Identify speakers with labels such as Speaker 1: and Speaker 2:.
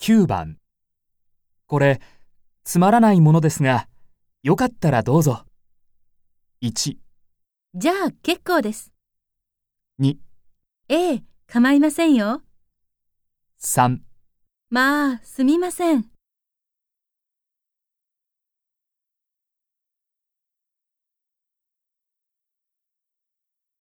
Speaker 1: 9番これつまらないものですがよかったらどうぞ1
Speaker 2: じゃあ結構です。
Speaker 1: 2。
Speaker 2: ええ、構いませんよ。
Speaker 1: 3
Speaker 2: まあ、すみません。